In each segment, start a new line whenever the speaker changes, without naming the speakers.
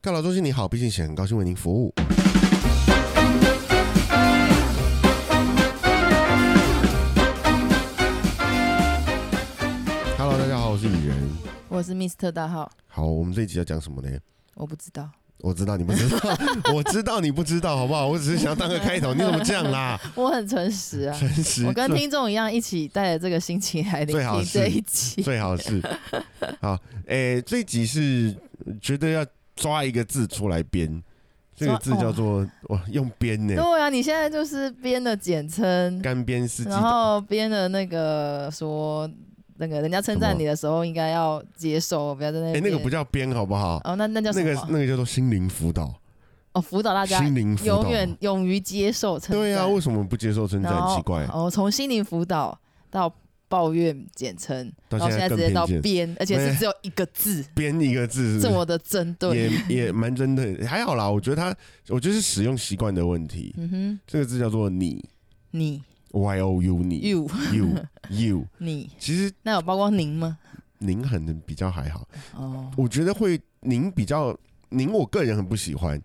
告老中心你好，毕信贤很高兴为您服务。Hello，大家好，我是蚁人。
我是 Mr 大号，
好，我们这一集要讲什么呢？
我不知道，
我知道你不知道， 我知道你不知道，好不好？我只是想要当个开头，你怎么这样啦？
我很诚实啊。
诚实，
我跟
最
听众一样，一起带着这个心情来聆
最好
听
是
这一集。
最好是好，诶、这一集是觉得要抓一个字出来编，这个字
抓哦
叫做哇，用编呢、
对啊，你现在就是编的简称，
干编司机
然后编的那个说那个人家称赞你的时候，应该要接受，不要在那
哎、
边
那个不叫编好不好？
哦，那那叫
那
什
个
么？
那个叫做心灵辅导，
哦，辅导大家
心灵辅导
永。远勇于接受称赞。
对啊，为什么不接受称
然
赞？
后
奇怪，
哦，从心灵辅导到抱怨简称，
到
然后
现在
现在直
更
接到
偏见，
编，而且
哎
是只有一个字，
编一个字是
这
不
么的针
是也
对。
也蛮真的，还好啦。我觉得他，我觉得是使用习惯的问题。
嗯哼，
这个字叫做你
你
y o u 你
you
you you，
你，
其实
那有包括您吗？
您可能比较还好。
哦，
我觉得会您比较您，我个人很不喜欢。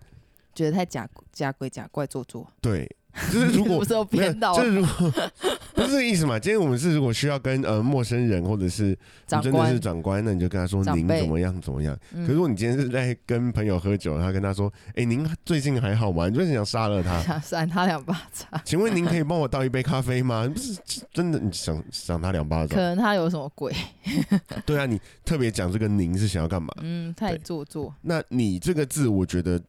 觉得太假假鬼假怪做作，
对，就是如果
不是有
没有，
编到啊
就是如果 不是这个意思嘛？今天我们是如果需要跟呃陌生人或者是
长
真的
官
是长官，那你就跟他说
长
您
辈
怎么样怎么样。
嗯
可是如果你今天是在跟朋友喝酒，然后跟他说，哎，您最近还好吗？你就是想杀了 他。
想扇他两巴掌，
请问您可以帮我倒一杯咖啡吗？不是真的，你想赏他两巴
可
掌？
能他有什么鬼？
对啊，你特别讲这个您是想要干嘛？
嗯，太做作。
那你这个字，我觉得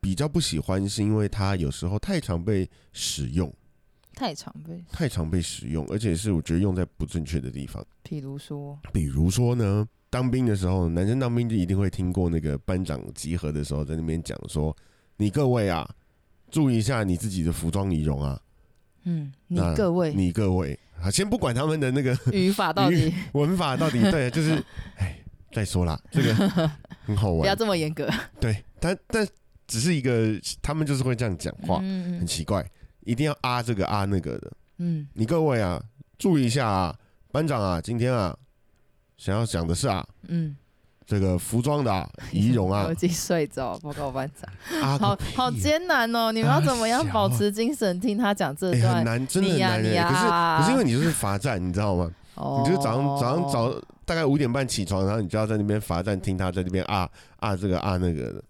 比较不喜欢，是因为它有时候太常被使用，
太常被，
太常被使用，而且是我觉得用在不正确的地方。
譬如说，
比如说呢，当兵的时候，男生当兵就一定会听过那个班长集合的时候，在那边讲说：“你各位啊，注意一下你自己的服装仪容啊，
嗯，你
那
各位
你各位啊，先不管他们的那个
语法到底
文法到底 对，就是哎，再说啦，这个很好
不要
玩，
这么严格。
对，但但只是一个，他们就是会这样讲话。”
嗯
很
嗯
奇怪，一定要啊这个啊那个的。
嗯，
你各位啊，注意一下啊，班长啊，今天啊，想要讲的是啊，
嗯，
这个服装的、啊、仪容啊
我已，经睡着，报告班长，
啊个
好
屁
好艰难哦。你们要怎么样
大小啊
保持精神听他讲这
哎很
段？
难，真的很
你呀
难、
你
欸。
呀
可是可是因为你就是罚站，你知道吗？
哦
你就是早上早上早大概五点半起床，然后你就要在那边罚站，听他在那边啊啊这个啊那个的。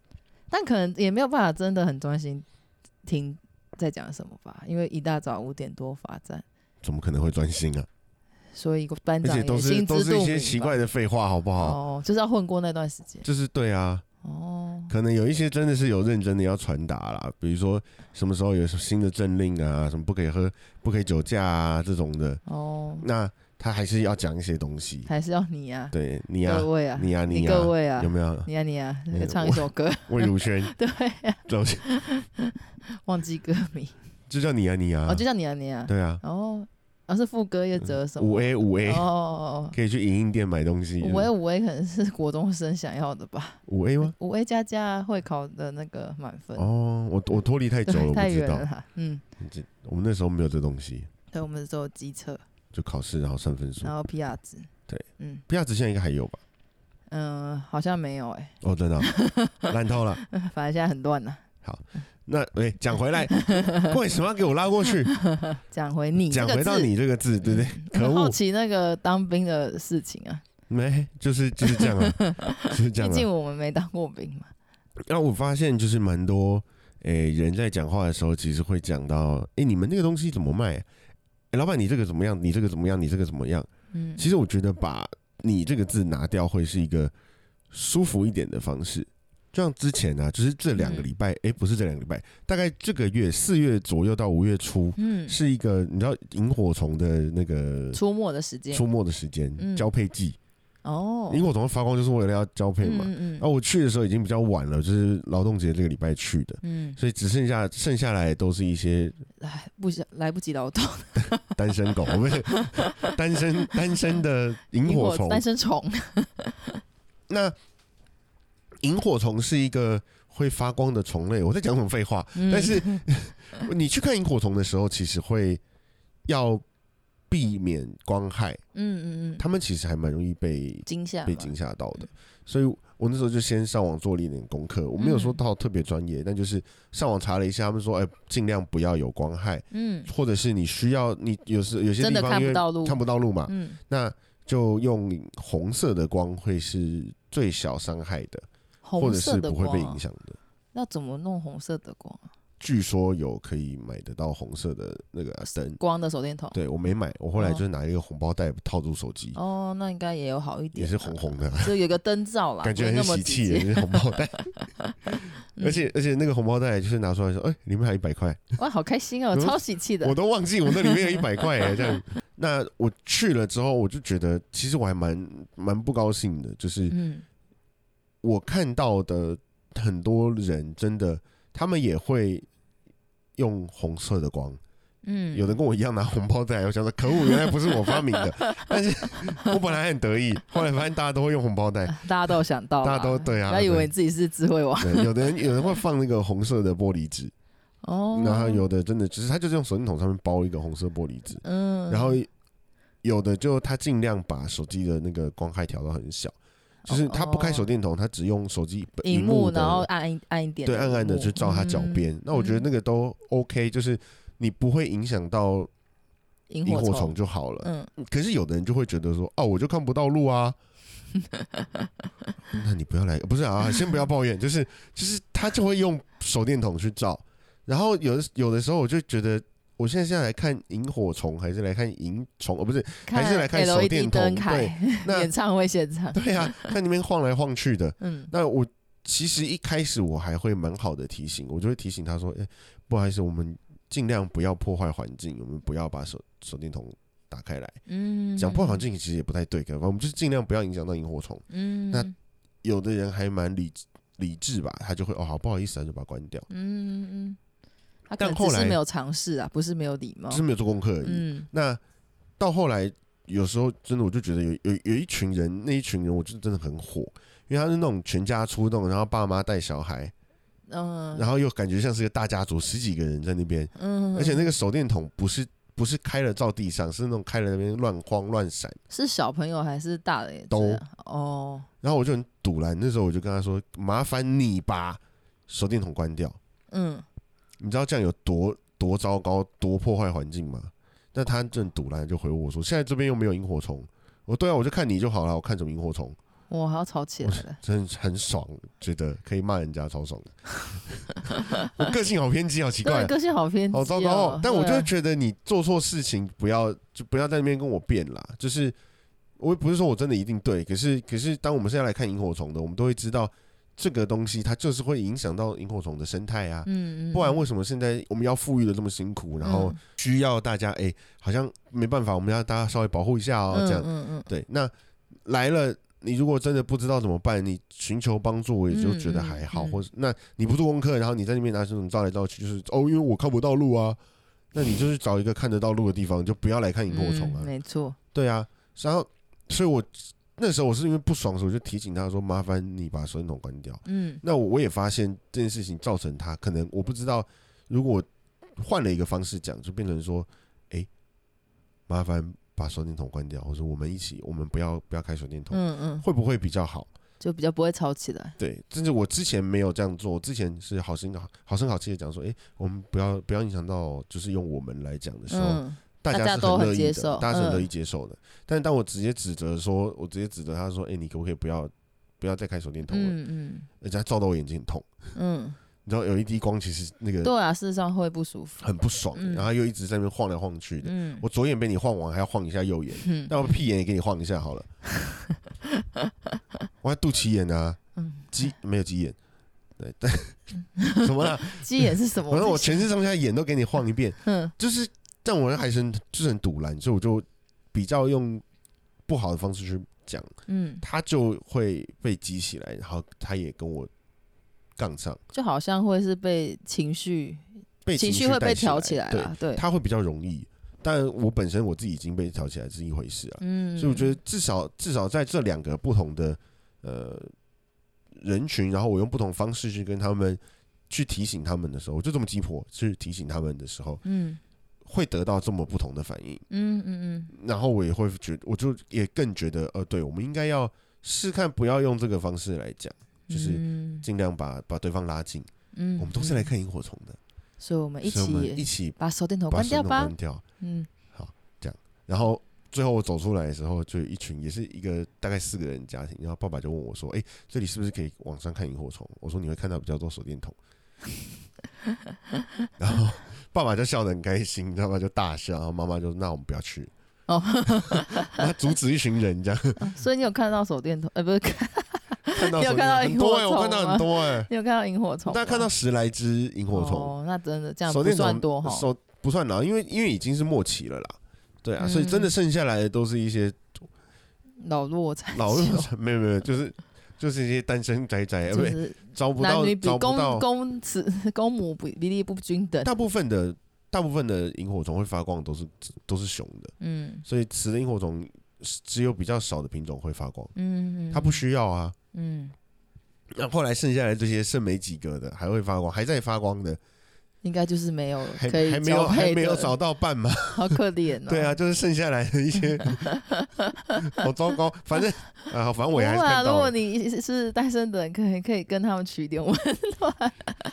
但可能也没有办法真的很专心听在讲什么吧，因为一大早五点多罚站，
怎么可能会专心啊？
所以班
而
长
且
也
都是
心
都
知
是
肚
一
明
些
吧
奇怪的废话，好不好？
哦，就是要混过那段时间
就是对啊，
哦。
可能有一些真的是有认真的要传达啦，比如说什么时候有新的政令啊，什么不可以喝、不可以酒驾啊这种的，
哦，
那他还是要讲一些东西。
还是要你哎呀、
对你啊，
各位啊，
你啊，
你
啊，
各位啊
有，没有
你啊你啊
嗯，
唱一首歌，
魏如萱？
对、啊
就
忘记歌名，
就叫你啊，你啊
哦，，就叫你啊你啊，
对啊，
哦，而、是副歌又折什么？
五 A 五 A
哦哦哦
可以去影印店买东西。
哦，五 A 五 A 可能是国中生想要的吧，
五 A 吗？
五 A 加加会考的那个满分，
哦，我我脱离太久了，
对，
我不
太
知
远
道
了。啦，嗯。
这我们那时候没有这东西，
对，我们只有机测，
就考试然后算分数
然。后 PR 值。
对，
嗯
不要只现在应该还有吧？
嗯、呃好像没有哎、
哦，真的啊烂透了。
反正现在很乱啊呐、
那哎，讲、回 来，为什么要给我拉过去？
讲回你这
讲
个
回到
字，
你这个字，对不对？
我
可
很
恶
好，奇那个当兵的事情啊，
没，哎就是就是这样啊，就是这
毕
样
竟
啊。
我们没当过兵嘛。
那我发现就是蛮多，诶、人在讲话的时候，其实会讲到，诶、你们那个东西怎么卖、啊？诶、老板，你这个怎么样？你这个怎么样？你这个怎么样？
嗯，
其实我觉得把“你”这个字拿掉，会是一个舒服一点的方式。就像之前啊，就是这两个礼
嗯
拜，诶、不是这两个礼拜，大概这个月四月左右到五月初，
嗯，
是一个你知道萤火虫的那个
出没的时间
出没的时间、
嗯
交配季，
哦，
萤火虫发光就是为了要交配嘛。
嗯嗯
然后我去的时候已经比较晚了，就是劳动节这个礼拜去的，
嗯，
所以只剩下剩下来都是一 些
哎、不想来不及劳动，
单身狗，不是 单身单身的萤火虫。
单身虫，
那萤火虫是一个会发光的虫类，我在讲什么废话？
嗯
但是你去看萤火虫的时候，其实会要。避免光害，
嗯嗯嗯，
他们其实还蛮容易被
惊吓嘛，
被惊吓到的。所以我那时候就先上网做了一点功课，我没有说
嗯
到特别专业，但就是上网查了一下，他们说，哎、尽量不要有光害，
嗯
或者是你需要你有时有些
真
地
的
方
看
因
不
为
到路
看不到路嘛，
嗯，
那就用红色的光会是最小伤害的，或
红
者
色
是
的
不会
光
被影响的。
那怎么弄红色的光啊？
据说有可以买得到红色的那
哦
个灯，
光的手电筒。
对我没买，我后来就是拿一个红包袋套住手机，
哦，那应该也有好一
也
点啊，
是红红的，
就有个灯罩啦，
感觉
不会
很
那么
喜
直
气
接
耶，那红包袋。
嗯
而且而且那个红包袋就是拿出来说，哎、里面还有一百块，
哇，好开心哦，
我
超喜气的
嗯我。都忘记我那里面有一百块 哎，这样。那我去了之后，我就觉得其实我还蛮蛮不高兴的，就是
嗯
我看到的很多人真的，他们也会用红色的光，
嗯，
有的跟我一样拿红包袋，我想说可恶，原来不是我发明的。 但是我本来很得意，后来发现大家都会用红包 袋，
啊大家都有想到啦，
大家都对啊
不要以
对
为你自己是智慧王
对，有的人有人会放那个红色的玻璃纸，
哦。
然后有的真的只是他就是用手电筒上面包一个红色玻璃纸，
嗯，
然后有的就他尽量把手机的那个光害调到很小，就是他不开手电筒，他只用手机本
哦荧
荧幕的
然后按一按一点，嗯
对暗暗的就照他脚，边。那我觉得那个都 OK，就是你不会影响到
嗯萤
萤火虫
虫，
就好了。
嗯，
可是有的人就会觉得说，哦，我就看不到路 啊。那你不要来，不是啊，先不要抱怨，就是就是他就会用手电筒去照，然后有的有的时候我就觉得，我现在现在来看萤火虫，还是来看萤虫，哦，不是，还是来看手
LED
电筒
E 灯凯
那
演唱会现 场，
对啊，在那边晃来晃去的。
嗯
那我其实一开始我还会蛮好的提醒，我就会提醒他说：“哎、不好意思，我们尽量不要破坏环境，我们不要把手手电筒打开来。
嗯，
讲破坏环境其实也不太对，可能我们就是尽量不要影响到萤火虫。
嗯，
那有的人还蛮理理智吧，他就会哦，好不好意思，他就把它关掉，
嗯嗯嗯，他可
但
能
后
只是
来
没有尝试啊，不是没有礼貌
只，是没有做功课而已。
嗯
那到后来，有时候真的我就觉得有有有一群人，那一群人我就真的很火，因为他是那种全家出动，然后爸妈带小孩，
嗯，
然后又感觉像是个大家族，十几个人在那边，
嗯，
而且那个手电筒不是不是开了照地上，是那种开了那边乱晃乱闪。
是小朋友还是大人也
都
这样哦，
然后我就很堵然，那时候我就跟他说：“麻烦你把手电筒关掉。
嗯，”
你知道这样有多多糟糕、多破坏环境吗？那他正堵然就回我说：“现在这边又没有萤火虫。”我对啊，我就看你就好了，我看什么萤火虫？
我还要吵起
我
来了，
真的很爽，觉得可以骂人家超爽的。 我个性好偏激，好奇怪
对，
啊，
个性好偏激，
好糟糕、哦。但我就
对啊
会觉得你做错事情，不要就不要在那边跟我辩啦。就是我也不是说我真的一定对，可是可是当我们现在来看萤火虫的，我们都会知道这个东西它就是会影响到萤火虫的生态啊。
嗯嗯，
不然
嗯
为什么现在我们要富裕的这么辛苦，然后
嗯
需要大家哎、好像没办法，我们要大家稍微保护一下哦，这样
嗯嗯嗯，
对，那来了，你如果真的不知道怎么办，你寻求帮助，我也就觉得还好。
嗯嗯嗯
或者，那你不做功课，然后你在那边拿手种照来照去，就是哦，因为我看不到路啊，那你就是找一个看得到路的地方，就不要来看萤火虫啊
嗯。没错，
对啊，然后，所以我那时候我是因为不爽，所以我就提醒他说，麻烦你把手电筒关掉。
嗯
那我我也发现这件事情造成他可能我不知道，如果换了一个方式讲，就变成说，哎、麻烦把手电筒关掉，或者我们一起，我们不要不要开手电筒，
嗯嗯，
会不会比较好？
就比较不会吵起来，
对，甚至我之前没有这样做，我之前是好声好好声好气的讲说，哎、我们不要不要影响到，就是用我们来讲的时候，
嗯
大
大家
是
都
很
很
乐意
接
的，
受
大家是很
嗯
乐意接受的。但当我直接指责说，我直接指责他说，哎、你可不可以不要不要再开手电筒了？
嗯
而且他照到我眼睛很痛。
嗯嗯，
你知道 LED 光其实那个
对啊，事实上会不舒服，
很不爽、
嗯
然后又一直在那边晃来晃去的。
嗯，
我左眼被你晃完，还要晃一下右眼，
嗯
那我屁眼也给你晃一下好 了。我还肚脐眼啊，
嗯，
鸡没有鸡眼，对，但 什么 啦？
鸡眼是什么？
反正我全身上下眼都给你晃一遍，
嗯
就是但我还是很就是很堵然，所以我就比较用不好的方式去讲，
嗯，
他就会被激起来，然后他也跟我杠上，
就好像会是被情绪
被
情
绪
会被
带
挑
起
起来啊
对，
啦，对，
他会比较容易。但我本身我自己已经被挑起来是一回事啊，
嗯，
所以我觉得至少至少在这两个不同的呃人群，然后我用不同方式去跟他们去提醒他们的时候，我就这么鸡婆去提醒他们的时候，
嗯
会得到这么不同的反应。
嗯嗯
然后我也会觉，我就也更觉得，呃，对我们应该要试看，不要用这个方式来讲，
嗯，
就是
嗯
尽量把把对方拉近。
嗯
我们都是来，看萤火虫的，
嗯所以我们一
所以我们一
起
起
把手电筒
把
关
手
掉
电筒
吧
关。掉。
嗯，
然后最后我走出来的时候，就有一群也是一个大概四个人家庭，然后爸爸就问我说：“哎、这里是不是可以往上看萤火虫？”我说：“你会看到比较多手电筒。” 然后爸爸就笑得很开心，爸爸就大笑，然后妈妈就说那我们不要去，
哦，
他阻止一群人这样
所以你有看到手电筒？呃，不是，
看到
你有
手
看到
电很多哎、
萤
我
火虫
看到很多哎、
你有看到萤火虫吗？
大概看到十来只萤火虫，
哦，那真的这样
手
不
电
算多
筒
哈。
手不算啦，因为因为已经是末期了啦，对啊，
嗯
所以真的剩下来的都是一些
老弱才
老弱
弱，
没有没有，就是就是一些单身仔仔，呃不
就
对，
是
找不
男
到
女比
找不
公
到，
公子 公母比比例不均等。
大部分的大部分的萤火虫会发光，都是都是雄的，
嗯
所以雌的萤火虫是只有比较少的品种会发光，
嗯，嗯
它不需要啊。
嗯，
那后来剩下来这些剩没几个的还会发光，还在发光的，
应该就是没有
还
可以
还没
交
有
配
还没有
的
找到伴 嘛？
好可怜哦。
对啊，就是剩下来的一些， 好糟糕。反正啊，反正我也还是
不会啊
看
如
到了
果你是是单身的人，可以可以跟他们取一点温暖，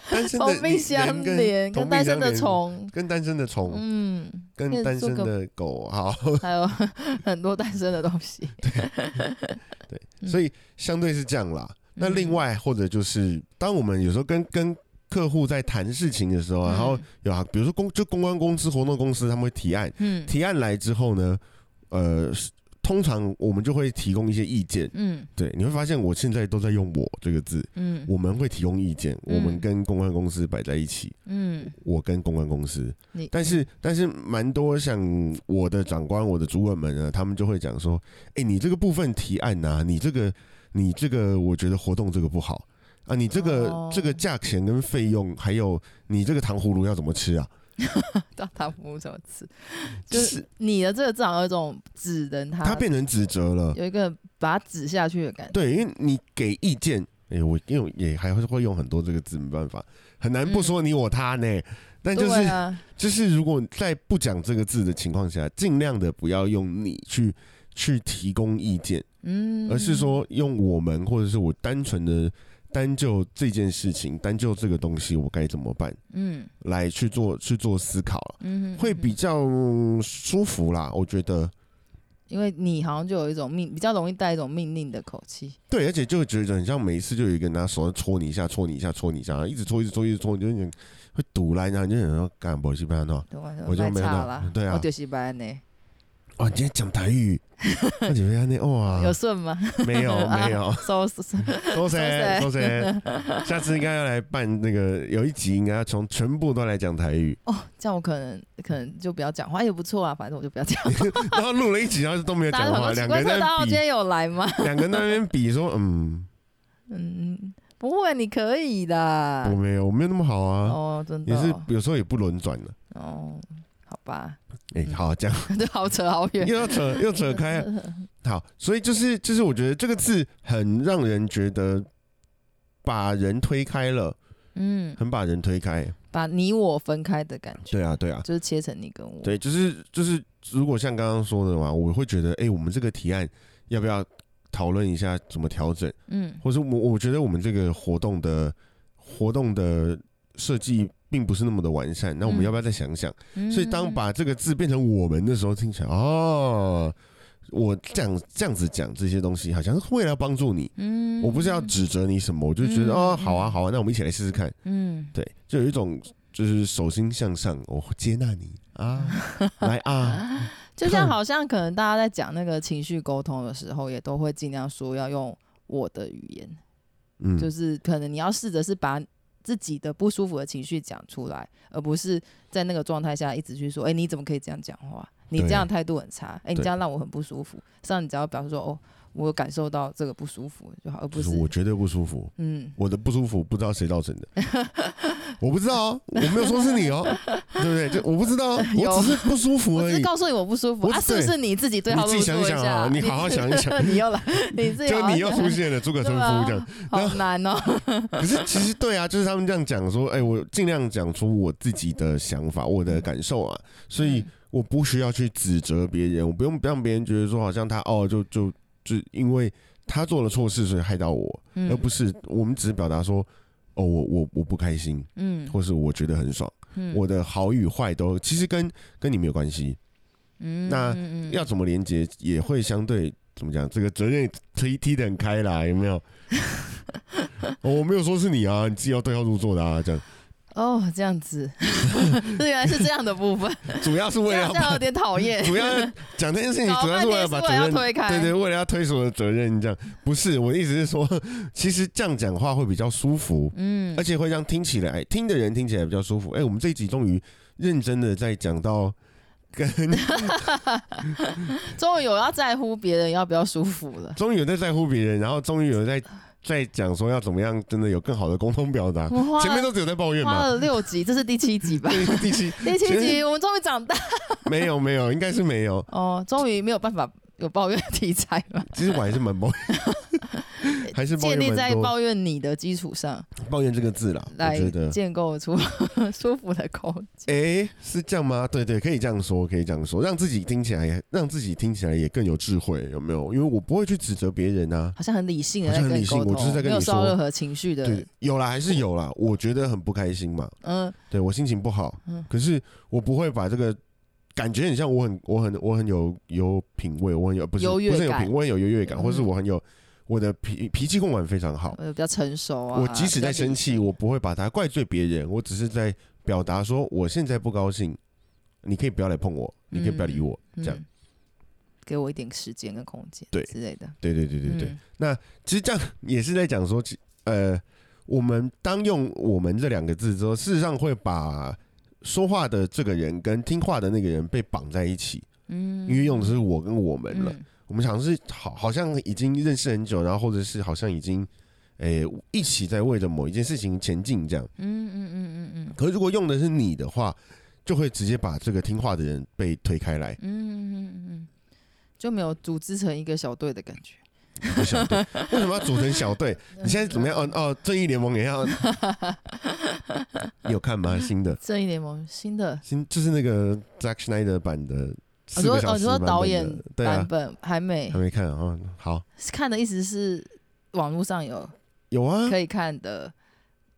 单身的
同
人
病相
跟同
怜，跟
病
单身的
相怜，
虫，
跟单身的虫，
嗯，
跟
跟
单
做
身
个
的狗好，
还有 很多单身的东西。嗯
所以相对是这样啦。那
嗯
另外或者就是，当我们有时候跟跟客户在谈事情的时候啊，然后有啊，比如说公就公关公司、活动公司，他们会提案，
嗯嗯
提案来之后呢，呃，是通常我们就会提供一些意见。
嗯
对，你会发现我现在都在用“我”这个字，
嗯
我们会提供意见，我
嗯
们跟公关公司摆在一起，
嗯，
我跟公关公司。
你嗯
但是但是蛮多像我的长官、我的主管们呢，他们就会讲说：“哎、你这个部分提案呐、你这个你这个，我觉得活动这个不好啊，你这个、
哦
这个价钱跟费用，还有你这个糖葫芦要怎么吃啊？
大唐服务怎么吃？
就
就是是你的这个至少有一种指人他，
它变成指责了。
有一个把他指下去的感觉。
对，因为你给意见，哎、我因为也还会用很多这个字，没办法，很难不说你我他呢。但就是、
嗯对啊，
就是如果在不讲这个字的情况下，尽量的不要用你去去提供意见。
嗯，
而是说用我们或者是我单纯的单就这件事情，单就这个东西我该怎么办
嗯，
来去做去做思考啊，
嗯嗯，
会比较舒服啦。我觉得
因为你好像就有一种命，比较容易带一种命令的口气。
对，而且就会觉得很像每一次就有一个人拿手戳你一下，戳你一下，戳你一下，然后一直戳，一直戳，一直戳，你就有点会堵来，然后你就想要干不西班牙
对吧
我就没有
差
那
啦，
对啊
我就是白呢，
哦，你今天讲台语， 那你们那哇，
有顺吗？
没有啊哦没有，
收收收
多谢多
多
谢， 下次应该要来办那个有一集，应该要从全部都来讲台 语。
哦，这样我可能可能就不要讲话，也不错啊，反正我就不要讲。
然后录了一集，然后都没有
大家
讲
都
话，
很
两
奇
个
怪，
人在
特
那
大今
边
天有来吗？
比，两个人在那边比说， 嗯，
嗯，不会，你可以的
我。没有，我没有那么好啊，
哦，真的
也
哦
是有时候也不轮转了。
哦，好吧，
哎，
嗯
好，这样
这好扯好远。
又要扯又扯开，好，所以就是就是，我觉得这个字很让人觉得把人推开了，
嗯，
很把人推开。
把你我分开的感觉，
对啊，对啊，
就是切成你跟我。
对，就是就是，如果像刚刚说的嘛，我会觉得，哎，我们这个提案要不要讨论一下怎么调整？
嗯
或者我我觉得我们这个活动的活动的设计并不是那么的完善，那我们
嗯
要不要再想想？
嗯，
所以当把这个字变成我们的时候，听起来哦，我这样这样子讲这些东西，好像是为了要帮助你，
嗯，
我不是要指责你什么，我就觉得
嗯
哦，
嗯
好啊好啊，那我们一起来试试看，
嗯，
对，就有一种就是手心向上，我接纳你啊，来啊，
就像好像可能大家在讲那个情绪沟通的时候，也都会尽量说要用我的语言，
嗯，
就是可能你要试着是把自己的不舒服的情绪讲出来，而不是在那个状态下一直去说，哎、你怎么可以这样讲话？你
对
这样态度很差，哎、你
对
这样让我很不舒服。这样你只要表示说，哦，我感受到这个不舒服就好，而
就
不
是
是
我绝对不舒服，
嗯，
我的不舒服不知道谁造成的，我不知道哦，我没有说是你哦，对不对？就我不知道哦，
有
我只是不舒服
我
而
只是
已。
告诉你我不舒服
我
啊，是不
对
是你自己对
你
号
自
入
己
座
想
一
一想
下？
啊，你好好想一想，
你 又来，你啊自己好
就
好
你又
想
出现了诸葛村夫这样。
好 难哦。
可是其实对啊，就是他们这样讲说，哎、我尽量讲出我自己的想法、我的感受啊，所
嗯
以我不需要去指责别人，我不用让别人觉得说好像他哦，就就就因为他做了错事，所以害到我，
嗯
而不是我们只是表达说，哦，我我我不开心，
嗯
或是我觉得很爽，
嗯
我的好与坏都其实跟跟你没有关系，
嗯
那
嗯嗯
要怎么连接也会相对怎么讲，这个责任也 踢踢得很开啦，有没 有？哦我没有说是你啊，你自己要对号入座的啊，这 样
哦这样子， 这原来是这样的 部分，
主要是
这
为了
样
要
这样有点 讨厌。
主啊要讲这件事情，
搞
主要
半
是为了
天是
把
为
责
了要
任
推开，
对对，为了要推所有责任这样，不是我的意思是说，其实这样讲话会比较舒服，
嗯
而且会让听起来哎听的人听起来比较舒服。哎、我们这一集终于认真的在讲到跟。
终于有要在乎别人要不要舒服了
终于有在在乎别人，然后终于有 在在讲说要怎么样，真的有更好的沟通表达
我。们花
前面
了
都只有在抱怨
花
嘛。
了六集，这是第七集吧？
对第七
第七
前面
集我们终于长大
没有没有，应该是没有。
哦，终于没有办法有抱怨题材了，
其实我还是蛮抱 怨， 还是抱
建
怨
立
蛮
在
多。
抱怨你的基础上
抱怨这个字啦，我
来
觉得，
建构出 舒服的空间。
哎，是这样吗？对对，可以这样说，可以这样说，让自己听起来也，让自己听起来也更有智慧，有没有？因为我不会去指责别人啊。
好像很理性的
好
在
像
跟
很
你
理性
沟通，
我就是在跟你
没有受到
说
任何情绪的，
对，有啦，还是有啦。我觉得很不开心嘛，
嗯、
对我心情不好，
嗯
可是我不会把这个感觉很像我很我很我很有有品味，我很有不是
优
不
越
是很有
感
品味，我很有优越感，
嗯
或是我很有我的脾脾气控管非常好。
呃，比较成熟啊。
我即使
比较
在生
理
气，
性
我不会把它怪罪别人，我只是在表达说我现在不高兴，你可以不要来碰我，你可以不要理我，这样。
嗯给我一点时间跟空间，
对
之类的，
对对对对对，
嗯
其实这样也是在讲说，其呃，我们当用“我们”这两个字之后，事实上会把说话的这个人跟听话的那个人被绑在一起，
嗯，
因为用的是我跟我们了。
嗯
我们好像是好，好像已经认识很久，然后或者是好像已经，诶、一起在为着某一件事情前进这样。
嗯嗯嗯嗯嗯
可是如果用的是你的话，就会直接把这个听话的人被推开来，
嗯嗯嗯嗯，就没有组织成一个小队的感觉。
一个小队。为什么要组成小 队？你现在怎么样？哦哦，正义联盟也要，你有看吗？新的
正义联盟新的，
新就是那个 Zack Snyder 版的
我
四
说
个小
哦，你
时
说
版本
导
的
演
对
版
啊，
本还没
还没看啊、哦好，
看的意思是网络上有
有啊，
可以看的，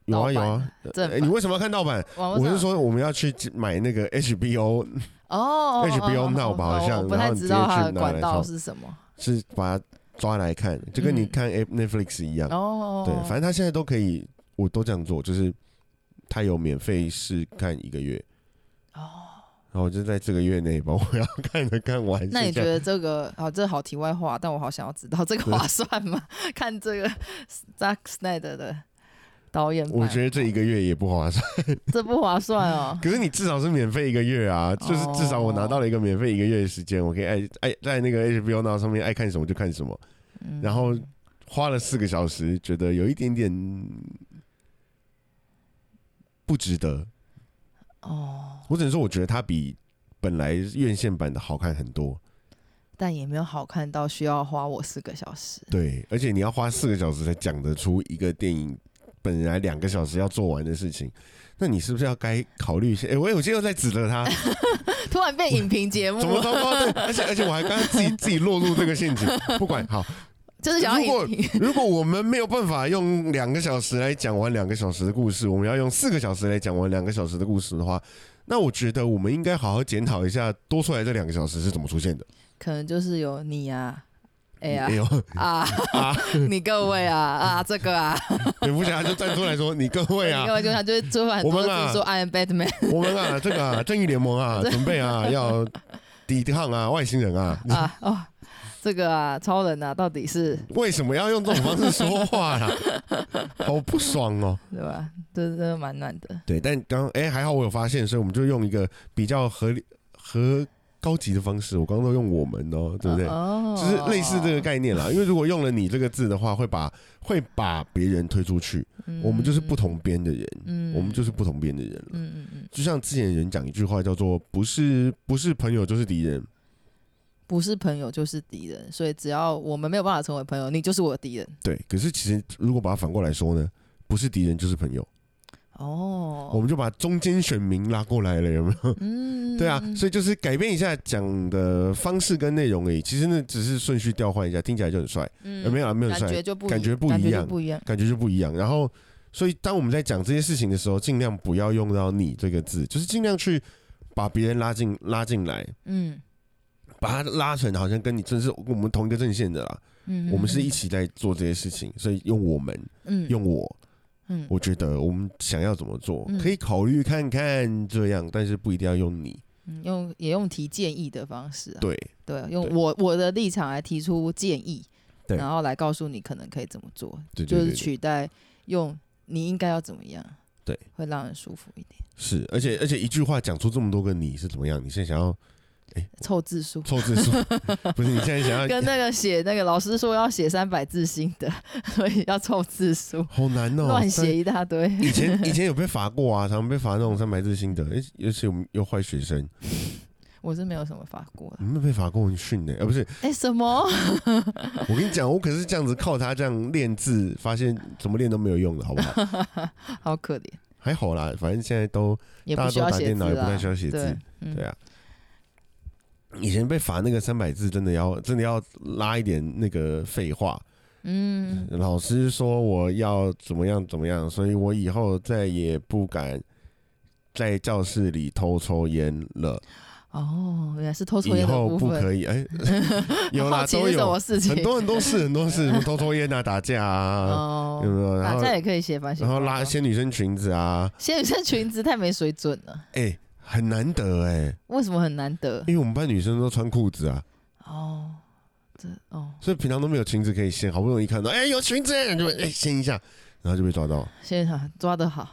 有啊，
盗
有
版
啊。
正
哎，
版
你为什么要看盗版？
网络
我
上
是说我们要去买那个 HBO，
哦哦哦哦
HBO
哦
闹吧好
哦
像
我不
然
太
后你
知
直
道
接
它
去
的
拿
管
来
道
放
是什么。
是把它抓来看，就跟你
嗯
看 A- Netflix 一样。
哦，
对，反正他现在都可以，我都这样做，就是他有免费试看一个月，
哦，
然后我就在这个月内把我要看的看完。
那你觉
剩下
得这个好？这好题外话，但我好想要知道这个划算吗？ 看这个 Zack Snyder 的导演版，
我觉得这一个月也不划算，。
这不划算哦
可是你至少是免费一个月啊，就是至少我拿到了一个免费一个月的时间，我可以爱爱在那个 HBO Now 上面爱看什么就看什么，
嗯
然后花了四个小时，觉得有一点点不值得。
哦，
我只能说，我觉得它比本来院线版的好看很多。
但也没有好看到需要花我四个小时。
对，而且你要花四个小时才讲得出一个电影本来两个小时要做完的事情，那你是不是要该考虑一下？哎、我我今天又在指责他，
突然变影评节目
怎，么糟糕？对，而且而且我还刚刚自己自己落入这个陷阱。不管好，
就是想要
如果
影评。
如果我们没有办法用两个小时来讲完两个小时的故事，我们要用四个小时来讲完两个小时的故事的话，那我觉得我们应该好好检讨一下多出来这两个小时是怎么出现的。
可能就是有你啊，哎呀
哎呦，
啊， 你各位啊啊，这个啊，
蝙蝠侠就站出来说：“你各位啊
你，各位就像就是做很多
我
自
们啊
己说 I am Batman，
我们啊，这个啊，正义联盟啊，准备啊，要抵抗啊，外星人啊，
啊哦，这个啊，超人啊，到底是
为什么要用这种方式说话啦？好不爽哦。
对吧？这真的蛮暖的。
对，但刚哎、还好我有发现，所以我们就用一个比较合理、合高级的方式，我刚刚都用我们哦，对不对？
哦
就是类似这个概念啦，因为如果用了你这个字的话，会把会把别人推出去。
嗯
我们就是不同边的人，
嗯
我们就是不同边的人了。
嗯嗯嗯，
就像之前人讲一句话叫做“不是不是朋友就是敌人
不是朋友就是敌人，所以只要我们没有办法成为朋友，你就是我的敌人”，。
对。可是其实如果把它反过来说呢，不是敌人就是朋友，
哦，
我们就把中间选民拉过来了，有没有？
嗯，
对啊，
嗯
所以就是改变一下讲的方式跟内容而已。其实呢，只是顺序调换一下，听起来就很帅，呃
嗯
没有啊，没有很
感觉
帅，
就不
感
一
觉不
感
一
觉就
样
不一样，
感觉就不一样。然后，所以当我们在讲这些事情的时候，尽量不要用到“你”这个字，就是尽量去把别人拉进拉进来，
嗯
把他拉成好像跟你真是我们同一个阵线的啦。
嗯，
我们是
嗯
一起在做这些事情，所以用我们，
嗯
用我，
嗯
我觉得我们想要怎么做，
嗯
可以考虑看看这样，但是不一定要用你。
嗯用也用提建议的方式啊，
对，
对，用
对
我我的立场来提出建议，
对
然后来告诉你可能可以怎么做，
对对
就
对
是
对
取代用你应该要怎么样，
对，
会让人舒服一点，
是，而且而且一句话讲出这么多个你是怎么样？你现在想要
凑字数。
凑字 数，不是？你现在想要
跟那个写那个老师说要写三百字新的， 所以要凑字数，
好难哦，
乱
但
写一大堆。
以前以前有被罚过啊，常常被罚那种三百字心得，而且尤其我们有坏学生，
我是没有什么法过的。
你们被罚过很训呢、啊，不是，
哎、什么？
我跟你讲，我可是这样子靠他这样练字，发现怎么练都没有用的，好不 好？
好可怜，
还好啦，反正现在都
也
大
不
家
需
都
要
打
写
电
字
脑，也不太
啦
需要写字
对，，嗯
对啊。以前被罚那个三百字，真的要真的要拉一点那个废话。
嗯，
老师说我要怎么样怎么样，所以我以后再也不敢在教室里偷抽烟了。
哦，原来是偷抽
以
烟的
后
部
不
分。
可以， 哎、有啦，
好奇
都
是什么
有，
事情？
很多很多事，很多事，什 么偷抽烟啊，打架啊，
哦
有没有？然
打
后
架也啊可以写反省
然
报
后
告。
拉掀女生裙子啊，
仙女 生裙子太没水准了，
哎、很难得哎、
为什么很难得？
因为我们班女生都穿裤子啊，
哦，这哦，
所以平常都没有裙子可以掀，好不容易看到，哎、有裙子，就哎掀一下，然后就被抓到，
仙女抓得好，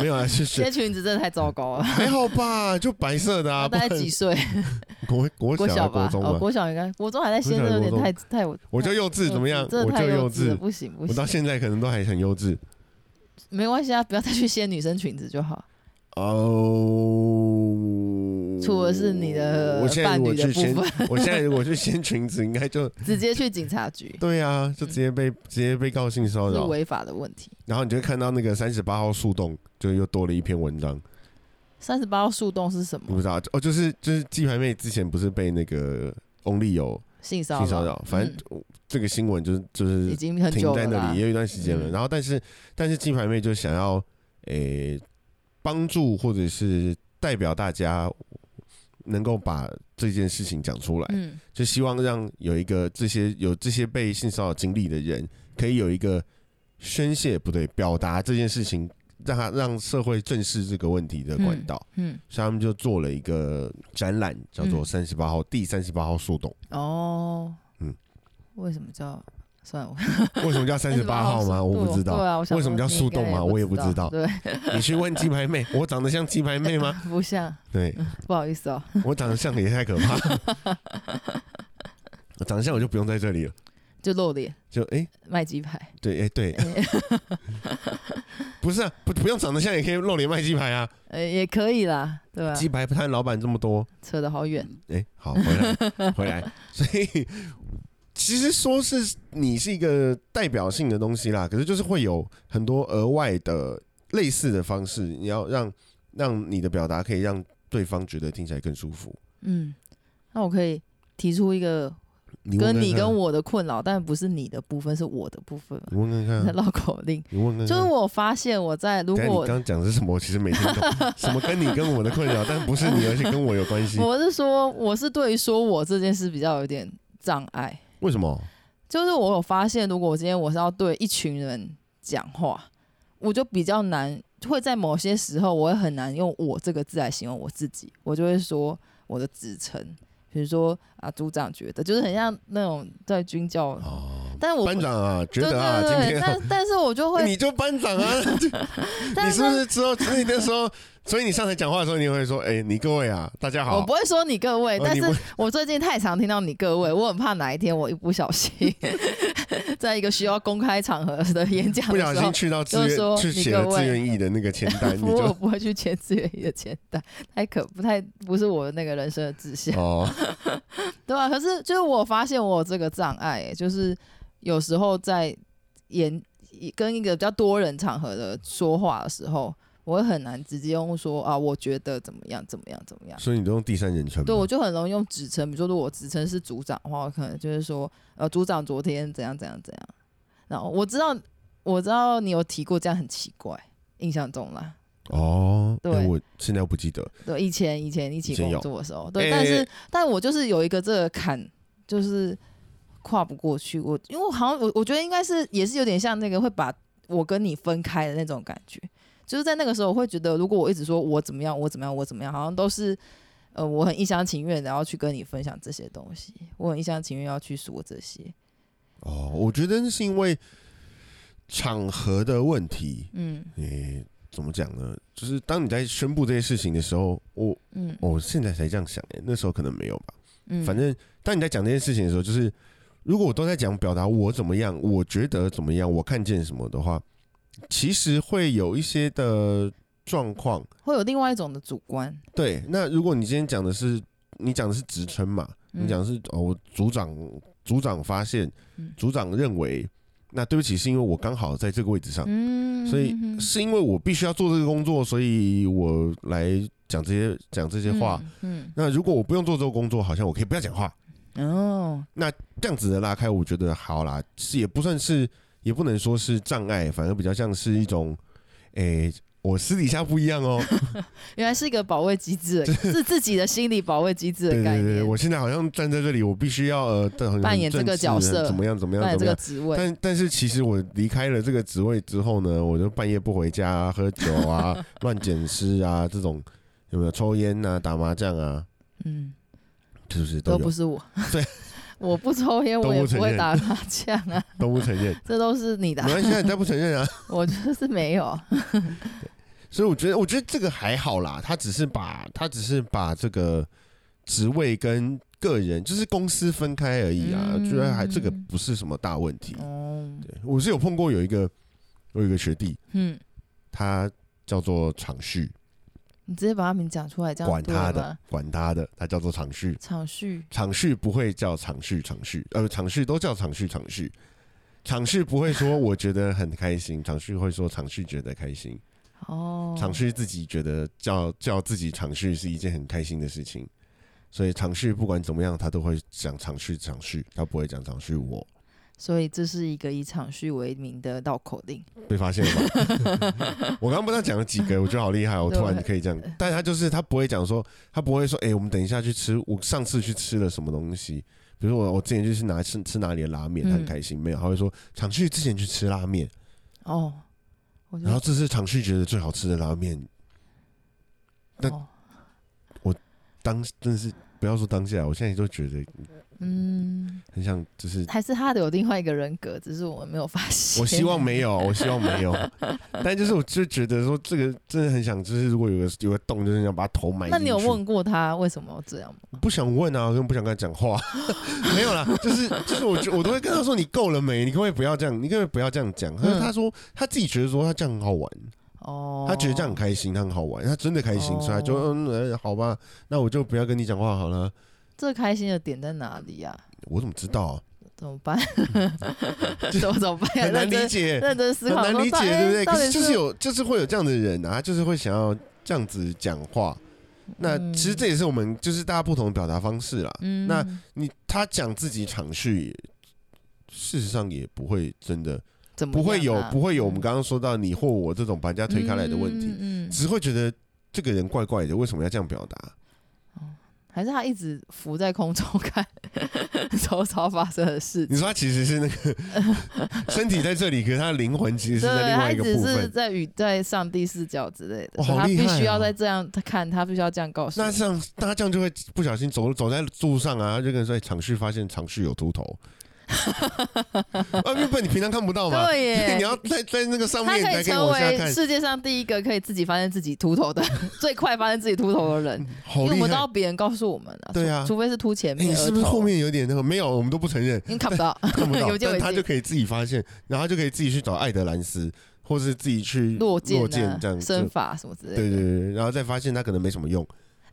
没有啊， 是是
仙裙子真的太糟糕了。
还好吧，就白色的啊，不
她 大概
然
几岁？
国国
国
小啊
小
国
吧，
中
哦，
啊，
国小应该，国中还在仙，
国
这
小国
有点
中
太 太我
我就幼稚怎么样？
真
我
的太
就
幼了
稚，
不行不
我到
行，
现在可能都还很幼稚。
没关系啊，不要再去仙女生裙子就好。
哦，
除了是你的
我现在
伴
如果
侣的
去
部
掀，
分，
我现在如果去掀裙子，应该就
直接去警 察局
对 啊，就直接被直接被告性骚
是
扰，
违法的问题。
然后你就会看到那个三十八号树洞，就又多了一篇文章，
三十八号树洞是什
你
么？
不知道哦，就是就是鸡排妹之前不是被那个 Only 有
性骚
性骚
扰
扰，，反正这个新闻就是就
嗯
是
已经很
停
久
在
了
那
啦
里也。有一段时间了。
嗯
然后，但是但是金牌妹就想要诶帮、助或者是代表大家能够把这件事情讲出来，
嗯，
就希望让有一个这些有这些被性骚扰经历的人，可以有一个宣泄不对表达这件事情，让他让社会正视这个问题的管道。
嗯，
所以他们就做了一个展览，叫做
嗯
三十八号、第三十八号树洞。
哦，
嗯，
为什么叫？算了，
为什么叫三十 八号吗？
38
我不知道。
对啊，我想
为什么叫
说
树洞嘛
你应该
我也不知道
对，
你去问鸡排妹，我长得像鸡排妹吗？
不像，
对
不好意思哦。
我长得像也太可怕了， 我长得像我就不用在这里了。
就露脸
就哎、
卖 鸡排，
对哎、对，
哎
不是啊，不不用长得像也可以露脸卖鸡排啊，
呃，也可以啦，对啊吧？
鸡排摊老板这么多，
扯得好远，
哎、好回 来回来，所以其实说是你是一个代表性的东西啦，可是就是会有很多额外的类似的方式，你要让让你的表达可以让对方觉得听起来更舒服。
嗯，那我可以提出一个
你问
跟你
看啊
跟
看，
我的困扰，但不是你的部分，是我的部分嘛，
你问看看啊，
绕口令。
你问看看，
就是我发现我在如
嗯等一下你
果
刚刚讲的是什么？我其实没听 懂，什么跟你跟我的困扰，但不是你，而且跟我有关系。
我是说，我是对于说我这件事比较有点障碍，
为什么？
就是我有发现，如果我今天我是要对一群人讲话，我就比较难，会在某些时候，我会很难用“我”这个字来形容我自己，我就会说我的职称，比如说啊，组长觉得，就是很像那种在军教
哦，
但我
班长啊，觉得啊，
对
今
对对，
天 啊
但但是我就会，
你就班长啊，
但
你是不是之后所以那时候，所以你上台讲话的时候，你会说，哎，你各位啊，大家
我
好
不。会说你各位，
哦
但
你
是
不嗯
我最近太常听到你各位，我很怕哪一天我一不小 心，在一个需要公开场合的演讲
不
的
小
时候
心，去到志
就
愿
说
去
你
写
各
了志
位
愿意的那个签 单，你
不过我
就
不会去签志愿役的签单，太可不太不是我那个人生的志向，
哦，
对啊吧、可是就是我发现我有这个障碍、欸，就是有时候在演跟一个比较多人场合的说话的时候，我会很难直接用说啊，我觉得怎么样怎么样怎么样。
所以你都用第三人称吗。
对，我就很容易用职称，比如说，如果我职称是组长的话，我可能就是说，呃，组长昨天怎样怎样怎样。然后我知道，我知道你有提过，这样很奇怪，印象中啦。
哦，哎
对
我现在不记得。
对，以前以前一起
以前
工
有
作的时候，对，
哎
但是、
哎哎
但我就是有一个这个坎，就是跨不过去。我因为我好像我我觉得应该是也是有点像那个会把我跟你分开的那种感觉，就是在那个时候我会觉得，如果我一直说我怎么样，我怎么样，我怎么样，好像都是。呃，我很一厢情愿，然后去跟你分享这些东西，我很一厢情愿要去说这些，
哦，我觉得是因为场合的问题。
嗯
诶、怎么讲呢？就是当你在宣布这些事情的时候，我
嗯
我现在才这样想、诶，那时候可能没有吧。
嗯，
反正当你在讲这件事情的时候，就是如果我都在讲表达我怎么样，我觉得怎么样，我看见什么的话，其实会有一些的状况。
会有另外一种的主观，
对，那如果你今天讲的是你讲的是职称嘛，
嗯
你讲的是哦，我组长组长发现
嗯，
组长认为，那对不起，是因为我刚好在这个位置上，
嗯，
所以
嗯
是因为我必须要做这个工作，所以我来讲这些讲这些话。，
嗯，
那如果我不用做这个工作，好像我可以不要讲话，
嗯哦，
这样子的拉开，我觉得好啦，是也不算是，也不能说是障碍，反而比较像是一种，诶、我私底下不一样哦，
原来是一个保卫机制，是自己的心理保卫机制的
对
概
对
念，
对，我现在好像站在这里，我必须要呃很很
扮演这个
正式
角色
怎么样怎么
扮
样
演
怎么
这个
样。
职位，
但但是其实我离开了这个职位之后呢，我就半夜不回家、啊、喝酒 啊、乱捡尸啊这种，有没有抽烟啊、打麻将啊，
嗯，
是不是都
都
有？
不是我，
对，
我不抽烟，
都不
我也不
承
会
认
打麻将啊，
都不承认，
这都是 你的啊
没，关系啊，你再不承认啊。
我就是没有，啊
所以我觉得，我觉得这个还好啦，他只是把他只是把这个职位跟个人，就是公司分开而已啊。
嗯
觉得还这个不是什么大问题。
哦，
对我是有碰过有一个我有一个学弟，
嗯，
他叫做长旭，
你直接把他名讲出来，这样
管
对
他的
吗？
管他的，他叫做长旭。
场序，
长旭不会叫长旭，长旭呃，长旭都叫长旭，长旭。长旭不会说我觉得很开心，长旭会说长旭觉得开心，
哦，
长旭自己觉得叫叫自己长旭是一件很开心的事情，所以长旭不管怎么样，他都会讲长旭长旭，他不会讲长旭我
所以这是一个以场序为名的绕口令，
被发现了吧？ 我刚刚不知道讲了几个，我觉得好厉害哦，我突然可以这样，但他就是他不会讲说，他不会说，哎、我们等一下去吃，我上次去吃了什么东西。比如我，我之前去吃哪吃吃哪里的拉面，他很
嗯
开心。没有，他会说长旭之前去吃拉面，
哦，我就
然后这是长旭觉得最好吃的拉面。但
哦
当真是不要说当下，我现在就觉得
嗯，
很想就是
还是他的有另外一个人格，只是我们没有发现，啊
我希望没 有，我希望没有。但就是我就觉得说，这个真的很想，就是如果有个有个洞，就是想把它头埋进去。
那你有问过他为什么要这样吗？
不想问啊，我根本不想跟他讲话。 没有啦，就是就是我觉我都会跟他说，你够了没？你可不可以不要这样？你可不可以不要这样讲？他、
嗯
他说他自己觉得说他这样很好玩，
哦，
他觉得这样很开心，他很好玩，他真的开心，
哦
所以他 就嗯、呃好吧，那我就不要跟你讲话好了。
这开心的点在哪里呀、
我怎么知道、啊？
怎么办？ 怎么怎么办？
嗯很难
认真
理解。
认真 思
很
考，
难
说
理解，
到底哎
对不对？
到
可
底
是就是是有，就是会有这样的人啊，他就是会想要这样子讲话。那
嗯
其实这也是我们就是大家不同的表达方式啦。
嗯
那你他讲自己场序，事实上也不会真的
怎么
不会有
样啊
不会有我们刚刚说到你或我这种把人家推开来的问题，
嗯，嗯嗯
只会觉得这个人怪怪的，为什么要这样表达？
还是他一直浮在空中看 周遭发生的事
你
情。
说他其实是那 个身体在这里，可是他的灵魂其实是在
对
另
他
外一
一
个
直
部
是
分。
在与在上帝视角之类的，
哇
所以
好
他
厉
必
害
须要
哦
再这样看，他必须要这样告诉
那
你。
这 样，那这样就会不小心走走在路上啊，他就跟人说哎：“场序发现场序有秃头。”啊，因为你平常看不到嘛，
对耶
因为 你要在在那个上
他
面，你
可以
才可以
成
往下
为
看，
世界上第一个可以自己发现自己秃头的， 最快发现自己秃头的人，
好
因为我
厉
们都
害
要！别人告诉我们啊。
对
除
啊
除非是秃前
哎
面，
你是不是后？面有点那个？没有，我们都不承 认，
你看不 到，
看不到
有，见
但
为
他就
净。
可以自己发现，然后他就可以自己去找艾德兰斯，或是自己去
落剑、
落
啊、
这样
身
子。
法什么之类的。
对对对，然后再发现他可能没什么用。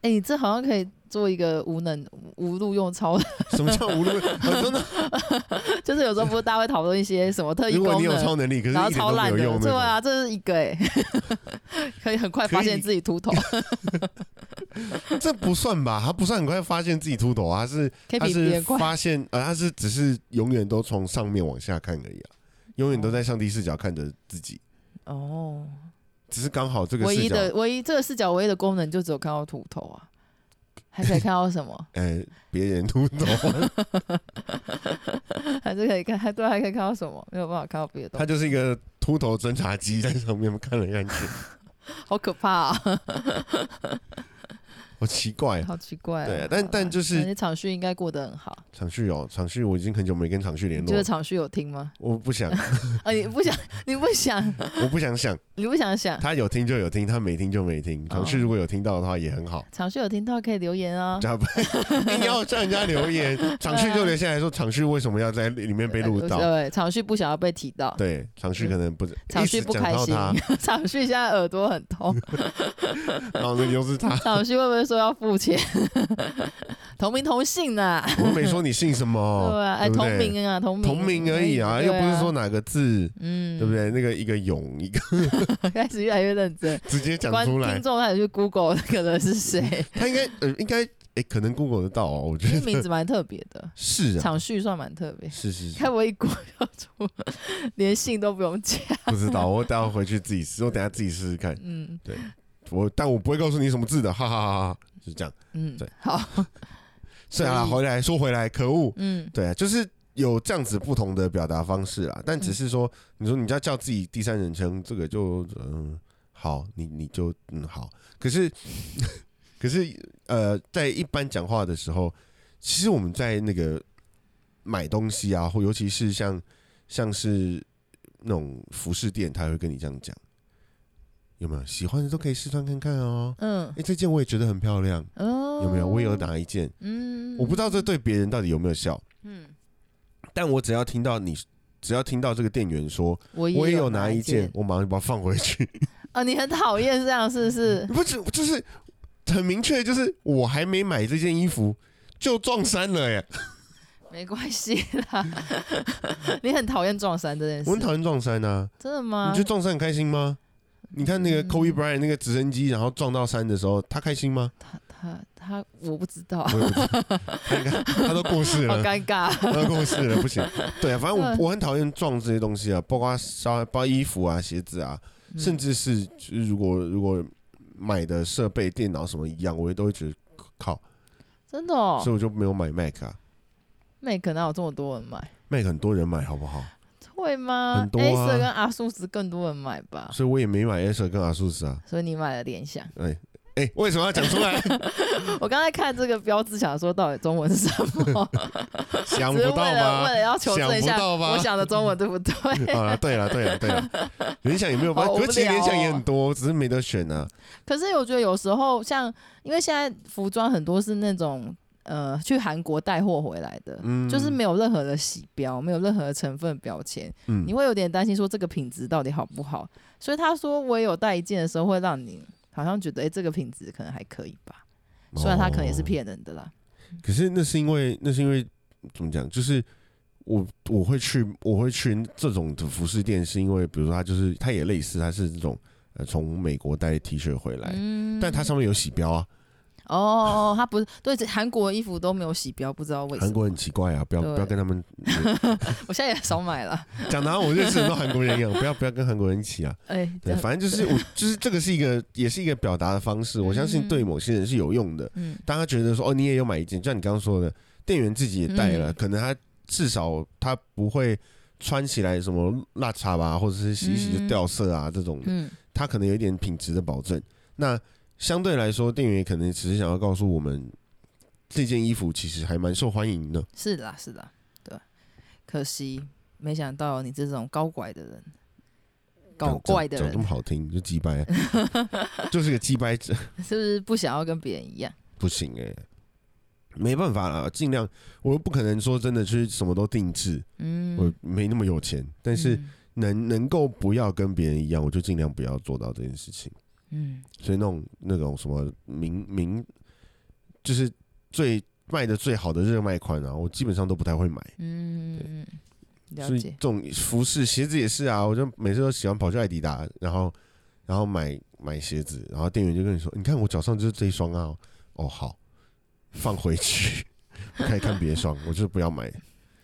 哎、你这好像可以做一个无能无路用超，
什么叫无论？ 我真的，
就是有时候不是大家会讨论一些什么特异
如
功
果
能，
你有超能力，可是
然后
一点
超
都没
烂
有
的，
用，
对，啊，这是一个哎、 可以很快发现自己秃头，
这不算吧？他不算很快发现自己秃头啊，他是
可以
他
比别
是
人快。
发现啊，他是只是永远都从上面往下看而已啊，永远都在上帝视角看着自己，
哦，
只是刚好这个
唯
视
一
角，
的唯一这个视角唯一的功能就只有看到秃头啊，还可以看到什么？
呃，别人秃头，
还是可以看，还对，啊还可以看到什么？没有办法看到别的东
他
西，
就是一个秃头侦察机在上面看来看 去，
好可怕啊，
好奇怪啊。
好奇怪、啊。
对啊但
好啦
但就是
感觉场旭应该过得很好。
场旭哦，场旭，我已经很久没跟场旭联
你
络
觉得
了，
场旭有听吗？
我不想，
啊，你不想，你不想，
我不想想，
你不想想。
他有听就有听，他没听就没
哦
听。场旭如果有听到的话也很好，
场旭有听到可以留言啊，
加班硬要 叫人家留 言，场旭就留下来说场旭为什么要在里面被
呃
录到？
对，啊场旭不想要被提到，
对，场旭可能不
场旭不开心， 场旭现在耳朵很痛，
然后那就是 他。
场旭会不会说要付钱？ 同名同姓呐、
我没说你姓什
对
么，
啊，哎，
哦对不
同
对
名啊，同名哎
同名而已啊，
对
又不是说哪个字，
嗯，
对不？对？那个一个勇，一个
开始越来越认真，
直接 讲
观
出来
听，众开始去 Google 那个人 是谁，
他应该呃应该哎可能 Google 得到哦，我觉
这
得
名字蛮特别的，
是啊，
场旭算蛮特别。
是是是
看我一股要出，连姓都不用加。
不知道，我等下回去自己试，我等下自己试试看，
嗯
我但我不会告诉你什么字的，哈哈哈哈，就是这样。
嗯
对，
好，
是啊，
所以
回来说回来，可恶，
嗯
对啊，就是有这样子不同的表达方式啦。但只是说，你说你要叫自己第三人称，这个就嗯好，你你就嗯好。可是 可是呃，在一般讲话的时候，其实我们在那个买东西啊，或尤其是像像是那种服饰店，他会跟你这样讲，有没有喜欢的都可以试穿看看哦。
嗯
哎、这件我也觉得很漂亮，
哦，
有没有？我也有拿一件，
嗯，
我不知道这对别人到底有没有效。
嗯，
但我只要听到你，只要听到这个店员说，
我
我也有拿
拿
一件
件，
我马上就把它放回去。
啊，你很讨厌这样是不是？
不是，就是很明确，就是我还没买这件衣服就撞衫了耶！
没关系啦， 你很讨厌撞衫这件
我很
事，
讨厌撞衫啊！
真的
你
吗
觉得？撞衫很开心吗？你看那个
嗯
Kobe Bryant 那个直升机，然后撞到山的时候，他开心 吗？
他他他，我不知道，
我也不知道，他应该他都过世
好
了，
尴尬。
他都过世了，不行。对啊，反正 我我很讨厌撞这些东西啊，包括烧包括衣服啊、鞋子啊， 甚至
至
是就是如果如果买的设备、电脑什么一样，我也都会觉得靠，
真的哦
所以我就没有买 Mac 啊。
，Mac 哪有这么多人买？
Mac 很多人买，好不好？
哦会吗
很多啊
？Acer 跟阿苏斯更多人买吧，
所以我也没买 Acer 跟 ASUS 啊。
所以你买了联想。
哎、哎、为什么要讲出 来？
我刚才看这个标志，想说到底中文是什么，
想
只
不
是为
到
了为
吧？
了要求证一
想
下
不到吧
我想的中文对不 对？
啊，对了，对了，对了， 联想也没有办
好
法，
无
可是其实
聊哦
联想也很多，只是没得选啊。
可是我觉得有时候像，因为现在服装很多是那种呃去韩国带货回来的，
嗯
就是没有任何的洗标，没有任何的成分标签，
嗯
你，会有点担心说这个品质到底好不好。所以他说我也有带一件的时候，会让你好像觉得哎、诶这个品质可能还可以吧，虽然它可能也是
哦
骗人的啦。
可是那是因为那是因为怎么讲？就是我我会去我会去这种的服饰店，是因为比如说它就是它也类似，它是这种呃从美国带 T 恤回来，
嗯
但它上面有洗标啊。
哦哦，哦它不是对这韩国衣服都没有洗标，不知道为什
韩
么。
国人很奇怪啊，不要
对
不要跟他们
我现在也少买了，
讲的好像我认识很多韩国人一样，不要不要跟韩国人一起啊。
哎、
对，
这
反正就是我就是这个是一个也是一个表达的方式，我相信对某些人是有用的。
嗯
当他觉得说哦，你也有买一件，就像你刚刚说的，店员自己也带了，
嗯
可能他至少他不会穿起来什么落差吧，或者是洗一洗就掉色啊、这种，
嗯
他可能有一点品质的保证。那相对来说，店员也可能只是想要告诉我们，这件衣服其实还蛮受欢迎的。
是啦，是啦，对。可惜没想到有你这种高拐的人，
讲
搞怪的
讲讲这么
人，
好听就鸡掰， 就是个鸡掰者，
是不是不想要跟别人一样？
不行哎、没办法啦，尽量我又不可能说真的去什么都定制，
嗯，
我没那么有钱，但是
嗯
能能够不要跟别人一样，我就尽量不要做到这件事情。
嗯
所以那种那种什么名名，就是最卖的最好的热卖款啊，我基本上都不太会买。
嗯嗯，嗯了
所以这
解，
种服饰、鞋子也是啊，我就每次都喜欢跑去艾迪达，然后然后买买鞋子，然后店员就跟你说：“你看我脚上就是这一双啊。”哦，好，放回去， 我可以看别双，我就是不要买。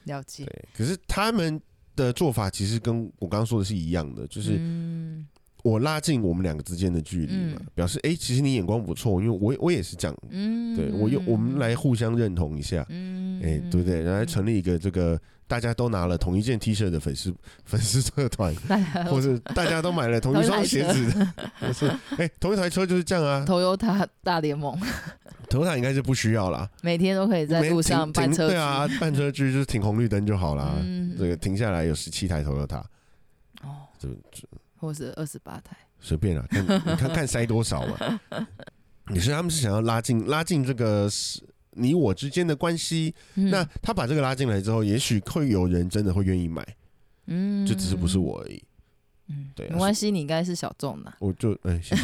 了解，
对，可是他们的做法其实跟我刚刚说的是一样的，就是
嗯
我拉近我们两个之间的距离嘛，
嗯
表示哎、诶其实你眼光不错，因为我我也是这样，
嗯，
对我又我们来互相认同一下，
嗯，
哎、对不对？然后
嗯
成立一个这个大家都拿了同一件 T 恤的粉丝粉丝社 团，
大家
或是大家都买 了同一双鞋子的， 不是哎、同一台车就是这样啊。
Toyota 大联盟
头塔应该是不需要啦，
每天都可以在
没
路
停
上办
停
车
对啊，办车区就是停红绿灯就好啦。
嗯
这个停下来有十七台头 o y
哦，
这
或是二十八台，
随便啦， 看你看看塞多少嘛。也是他们是想要拉近拉近这个是你我之间的关系。
嗯
那他把这个拉进来之后，也许会有人真的会愿意买，
嗯，
就只是不是，我而已。
嗯，
对啊
没关系，你应该是小众的，啊
我就哎、谢谢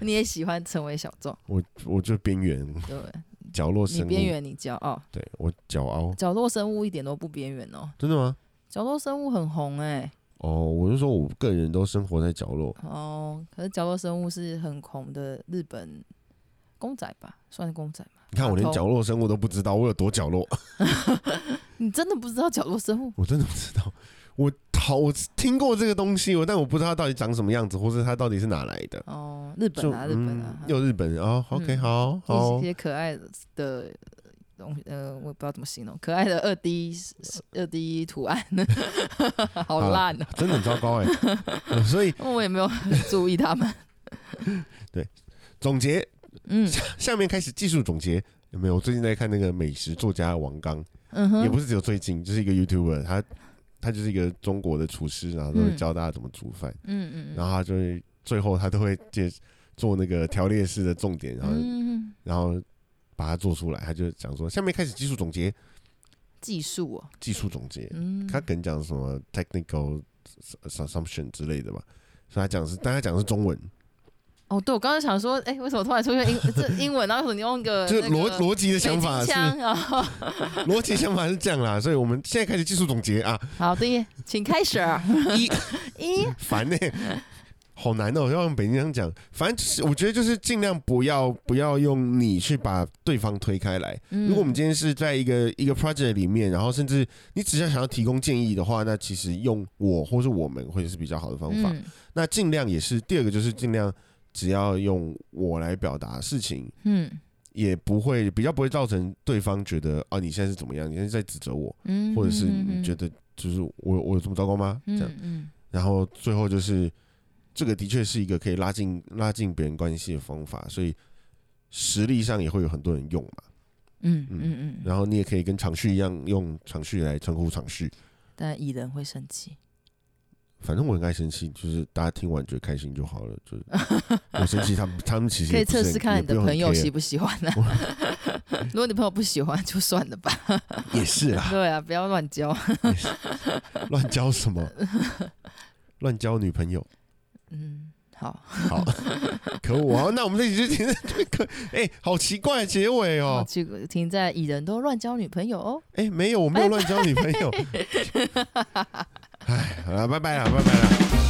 你，
你也喜欢成为小众，
我我就边缘
对不对，
角落
你
生物，
边缘，你骄傲，
对我角凹，
角落生物一点都不边缘哦，
真的吗？
角落生物很红哎、
哦，我就说我个人都生活在角落，
哦，可是角落生物是很红的日本公仔吧，算是公仔嘛？
你看我连
头
角落生物都不知道，我有多角落，
你真的不知道角落生物？
我真的不知道。我好，我听过这个东西，我但我不知道它到底长什么样子，或是它到底是哪来的。
哦，日本啊，日本啊，
又日本人哦，OK，、
嗯
好
一
好，
些可爱的东西，呃，我也不知道怎么形容，可爱的二 D 二 D 图案， 好烂哦、
真的很糟 糕哎、所以
我也没有很注意他们。
总结
嗯
下面开始技术总结，有没有？我最近在看那个美食作家王刚，
嗯哼，
也不是只有最近，就是一个 YouTuber，他他就是一个中国的厨师，然后都会
嗯
教大家怎么煮饭，
嗯嗯，
然后他就会最后他都会介做那个条列式的重点，然后、
嗯
然后把它做出来，他就讲说，下面开始技术总结，
技术哦、
技术总结，
嗯，
他可能讲什么 technical assumption 之类的吧，所以他讲的是，但他讲的是中文，
哦，对我刚刚想说，哎、为什么突然出现英这英文，然后你用一 个
就是
那
逻
个
逻辑的
北
想
京
法是
腔啊？
逻辑想法是这样啦，所以我们现在开始技术总结啊，
好的，请开始。
一
一，
烦 呢、好难哦、要用北京腔讲。反正就是，我觉得就是尽量不要不要用你去把对方推开来。
嗯
如果我们今天是在一个一个 project 里面，然后甚至你只要想要提供建议的话，那其实用我或是我们会是比较好的方法。
嗯
那尽量也是第二个，就是尽量只要用我来表达事情，
嗯
也不会比较不会造成对方觉得啊你现在是怎么样，你现在在指责我，
嗯，
或者是
嗯
你觉，得就是我我有这么糟糕吗？这
嗯
样。
嗯嗯
然后最后就是这个的确是一个可以拉近拉近别人关系的方法，所以实力上也会有很多人用嘛。
嗯嗯嗯嗯，
然后你也可以跟长旭一样用长旭来称呼长旭，
但蚁人会生气。
反正我很爱生气，就是大家听完觉得开心就好了。 就是我生气，他们他们其实
可以
也不是
测
很
试看你的朋友喜
也
不喜欢呢、 如果你朋友不喜欢，就算了吧。
不用很 care 也是啦，
对啊，不要乱交。
乱交什么？乱交女朋友，
嗯，好，
好，可恶啊！那我们这集就停在这个，哎、好奇怪的结尾哦、
我去停在蚁人都乱交女朋友哦。
哎、没有，我没有乱交女朋友。哎，好了，拜拜了，拜拜了。